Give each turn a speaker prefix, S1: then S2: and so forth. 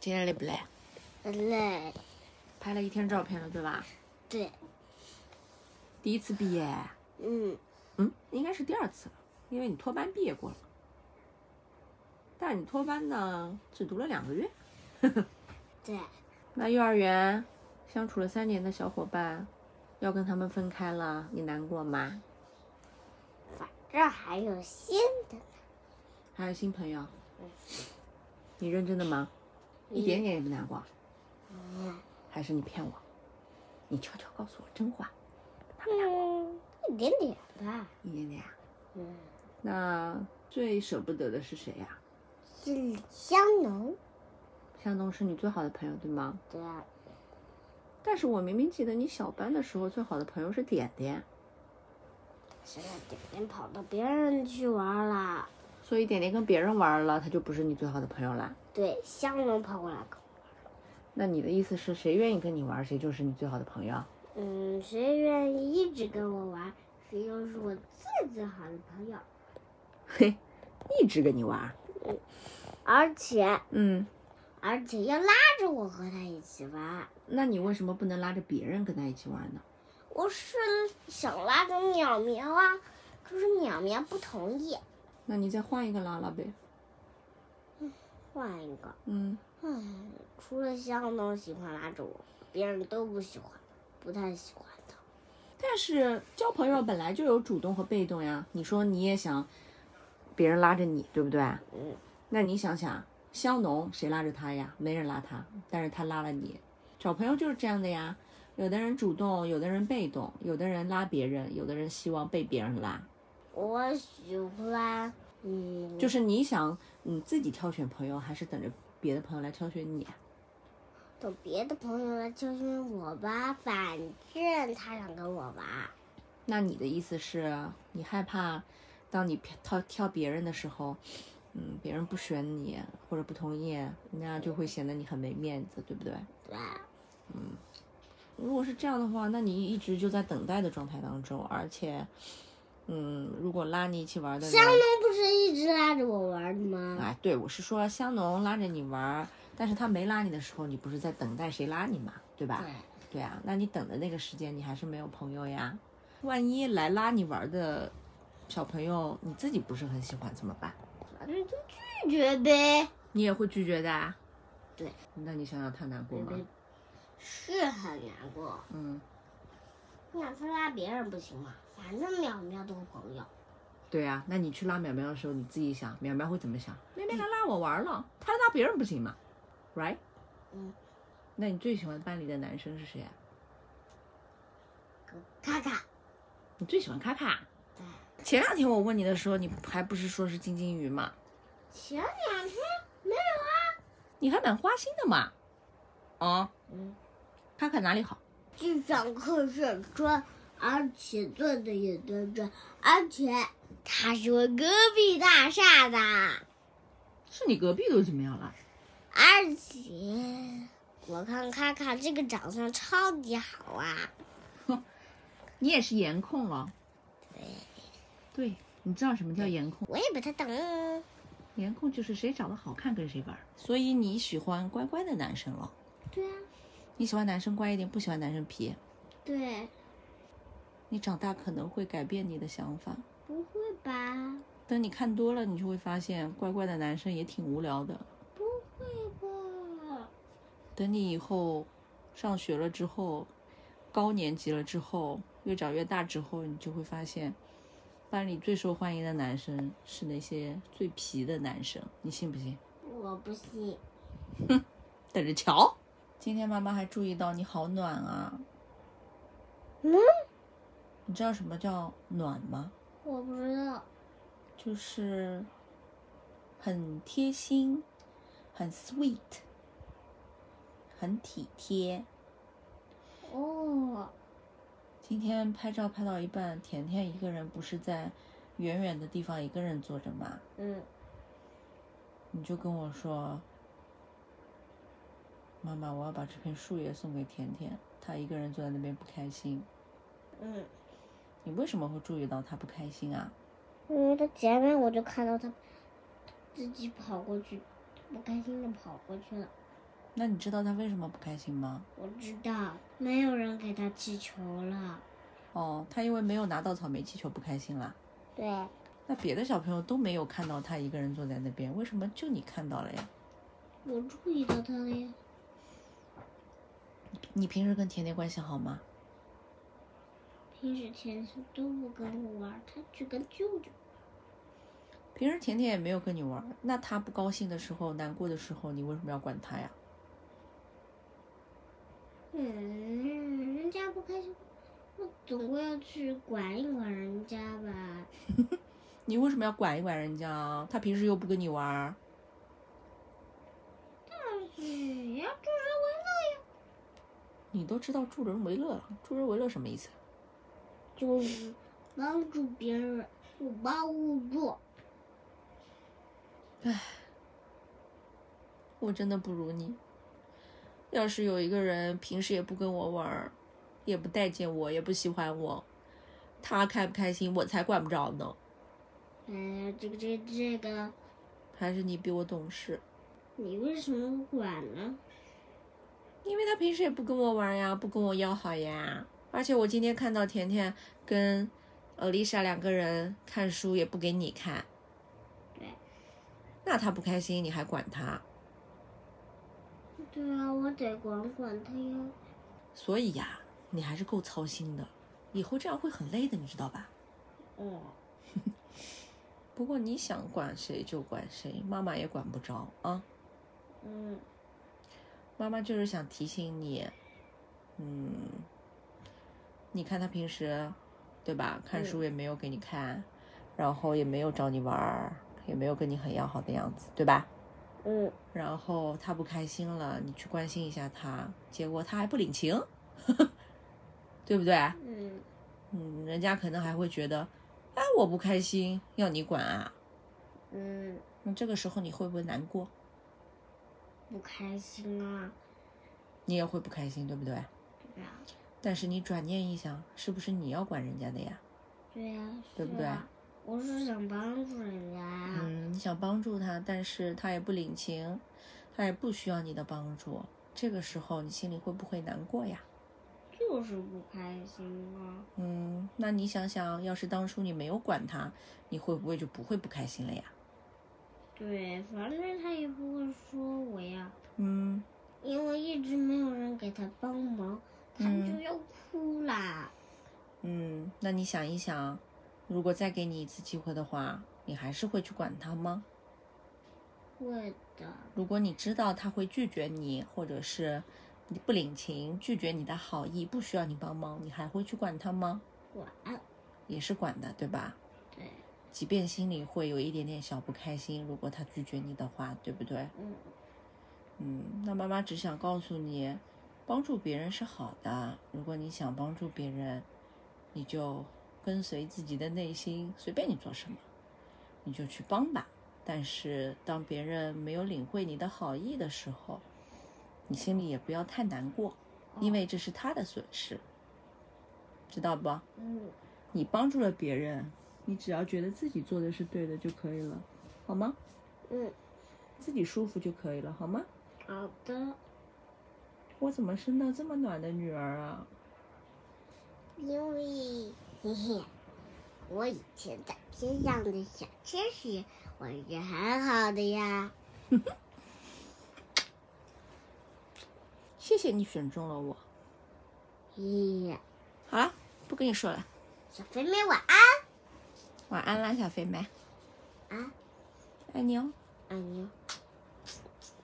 S1: 今天累不累？
S2: 嗯累，
S1: 拍了一天照片了，对吧？
S2: 对，
S1: 第一次毕业，
S2: 嗯，
S1: 嗯，应该是第二次了，因为你托班毕业过了。但是你托班呢，只读了两个月。
S2: 对，
S1: 那幼儿园相处了三年的小伙伴，要跟他们分开了，你难过吗？
S2: 反正还有新的，
S1: 还有新朋友
S2: 嗯，
S1: 你认真的吗？
S2: 嗯
S1: 一点点也不难过，还是你骗我？你悄悄告诉我真话，
S2: 嗯，一点点吧，
S1: 一点点啊。
S2: 嗯，
S1: 那最舍不得的是谁呀、
S2: 是李香农，
S1: 向东是你最好的朋友，对吗？
S2: 对啊，
S1: 但是我明明记得你小班的时候，最好的朋友是点点，
S2: 现在点点跑到别人去玩了，
S1: 所以点点跟别人玩了，他就不是你最好的朋友啦。
S2: 对，香农跑过来跟我，
S1: 那你的意思是谁愿意跟你玩，谁就是你最好的朋友？
S2: 嗯，谁愿意一直跟我玩，谁就是我最最好的朋友，
S1: 嘿，一直跟你玩，
S2: 而且
S1: 嗯，
S2: 而且要拉着我和他一起玩。
S1: 那你为什么不能拉着别人跟他一起玩呢？
S2: 我是想拉着淼淼啊，可是淼淼不同意。
S1: 那你再换一个拉拉呗，
S2: 换一个，
S1: 嗯，
S2: 嗯，除了香农喜欢拉着我，别人都不喜欢，不太喜欢他。
S1: 但是交朋友本来就有主动和被动呀。你说你也想别人拉着你，对不对？
S2: 嗯，
S1: 那你想想，香农谁拉着他呀？没人拉他，但是他拉了你。找朋友就是这样的呀，有的人主动，有的人被动，有的人拉别人，有的人希望被别人拉。
S2: 我喜欢，嗯，
S1: 就是你想你自己挑选朋友，还是等着别的朋友来挑选你啊？
S2: 等别的朋友来教训我吧，反正他想跟我玩。
S1: 那你的意思是，你害怕当你挑挑挑别人的时候，嗯，别人不选你或者不同意，那就会显得你很没面子，对不对？
S2: 对，
S1: 如果是这样的话，那你一直就在等待的状态当中，而且，嗯，如果拉你一起玩的人
S2: 香，农不是一直拉着我玩的吗？
S1: 哎，对我是说香农拉着你玩，但是他没拉你的时候，你不是在等待谁拉你嘛，对吧？
S2: 对，
S1: 对啊，那你等的那个时间，你还是没有朋友呀。万一来拉你玩的小朋友，你自己不是很喜欢怎么办？
S2: 反正就拒绝呗。
S1: 你也会拒绝的、啊。
S2: 对，
S1: 那你想想他难过吗？
S2: 嗯是很难过。
S1: 嗯，
S2: 那他拉别人不行吗？反正淼淼都是朋友，
S1: 对啊，那你去拉淼淼的时候，你自己想淼淼会怎么想？妹妹来拉我玩了，她拉别人不行吗？Right？
S2: 嗯。
S1: 那你最喜欢班里的男生是谁啊？
S2: 卡卡，
S1: 你最喜欢卡卡。
S2: 对，
S1: 前两天我问你的时候，你还不是说是金金鱼吗？
S2: 前两天
S1: 你还蛮花心的嘛。哦，
S2: 嗯，
S1: 卡卡哪里好？
S2: 这堂课是专，而且做的也端正，而且他是我隔壁大厦的，
S1: 是你隔壁都怎么样了？
S2: 而且我看卡卡这个长相超级好啊，
S1: 你也是颜控了。对。对，你知道什么叫颜控？
S2: 我也把他当
S1: 颜控就是谁长得好看跟谁玩儿。所以你喜欢乖乖的男生了？
S2: 对啊，
S1: 你喜欢男生乖一点，不喜欢男生皮。
S2: 对，
S1: 你长大可能会改变你的想法。
S2: 不会吧？
S1: 等你看多了，你就会发现乖乖的男生也挺无聊的。
S2: 不会吧？
S1: 等你以后上学了之后，高年级了之后，越长越大之后，你就会发现，班里最受欢迎的男生是那些最皮的男生。你信不信？
S2: 我不信。
S1: 等着瞧。今天妈妈还注意到你好暖啊。
S2: 嗯，
S1: 你知道什么叫暖吗？
S2: 我不知道。
S1: 就是很贴心，很 sweet，很体贴。
S2: 哦，
S1: 今天拍照拍到一半，甜甜一个人不是在远远的地方一个人坐着吗？
S2: 嗯，
S1: 你就跟我说，妈妈，我要把这片树叶送给甜甜，她一个人坐在那边不开心。
S2: 嗯，
S1: 你为什么会注意到她不开心啊？
S2: 因为他前面我就看到他自己跑过去，不开心的跑过去了。
S1: 那你知道他为什么不开心吗？
S2: 我知道，没有人给他气球了。
S1: 哦，他因为没有拿到草莓气球不开心啦。
S2: 对，
S1: 那别的小朋友都没有看到他一个人坐在那边，为什么就你看到了呀？
S2: 我注意到他了呀。
S1: 你平时跟甜甜关系好吗？
S2: 平时天天都不跟我玩，他去跟舅舅。
S1: 平时甜甜也没有跟你玩儿，那他不高兴的时候、难过的时候，你为什么要管他呀？
S2: 嗯，人家不开心，我总归要去管一管人家吧。
S1: 你为什么要管一管人家啊？他平时又不跟你玩儿，
S2: 但是也要助人为乐呀。
S1: 你都知道助人为乐了，助人为乐什么意思？啊
S2: 就是帮助别人，不帮勿助。
S1: 我真的不如你。要是有一个人平时也不跟我玩儿，也不待见我，也不喜欢我，他开不开心我才管不着呢。
S2: 哎呀，这个这个这个，
S1: 还是你比我懂事，
S2: 你为什么不管呢？
S1: 因为他平时也不跟我玩呀，不跟我要好呀。而且我今天看到甜甜跟呃丽莎两个人看书，也不给你看。
S2: 对，
S1: 那他不开心，你还管他？
S2: 对啊，我得管管他呀。
S1: 所以呀、你还是够操心的，以后这样会很累的，你知道吧？
S2: 哦，
S1: 不过你想管谁就管谁，妈妈也管不着啊。
S2: 嗯，
S1: 妈妈就是想提醒你，嗯，你看他平时，对吧？看书也没有给你看，然后也没有找你玩儿，也没有跟你很要好的样子，对吧？
S2: 嗯，
S1: 然后他不开心了，你去关心一下他，结果他还不领情， 对不对？
S2: 嗯，
S1: 嗯，人家可能还会觉得，哎，我不开心，要你管啊？
S2: 嗯，
S1: 那这个时候你会不会难过？
S2: 不开心啊，
S1: 你也会不开心，对不对？
S2: 对啊，
S1: 但是你转念一想，是不是你要管人家的呀？
S2: 对呀、啊，
S1: 对不
S2: 是啊我是想帮助人家呀、
S1: 嗯，你想帮助他，但是他也不领情，他也不需要你的帮助。这个时候你心里会不会难过呀？
S2: 就是不开心啊。
S1: 嗯，那你想想，要是当初你没有管他，你会不会就不会不开心了呀？
S2: 对，反正他也不会说我呀，
S1: 嗯，
S2: 因为一直没有人给他帮忙，他就要哭啦。
S1: 嗯，那你想一想，如果再给你一次机会的话，你还是会去管他吗？
S2: 会的，
S1: 如果你知道他会拒绝你，或者是你不领情，拒绝你的好意，不需要你帮忙，你还会去管他吗？
S2: 管。
S1: 也是管的，对吧？
S2: 对，
S1: 即便心里会有一点点小不开心，如果他拒绝你的话，对不对？
S2: 嗯，
S1: 嗯，那妈妈只想告诉你，帮助别人是好的。如果你想帮助别人，你就跟随自己的内心，随便你做什么，你就去帮吧。但是当别人没有领会你的好意的时候，你心里也不要太难过，因为这是他的损失，知道不？
S2: 嗯，
S1: 你帮助了别人，你只要觉得自己做的是对的就可以了，好吗？
S2: 嗯，
S1: 自己舒服就可以了，好吗？
S2: 好的，
S1: 我怎么生到这么暖的女儿啊？
S2: 因为嘿嘿，我以前在天上的小天使，我是很好的呀。
S1: 谢谢你选中了我。
S2: 嘿嘿，
S1: 好了，不跟你说了，
S2: 小肥妹晚安。
S1: 晚安啦，小肥妹，
S2: 啊，
S1: 爱你哦。
S2: 爱你哦。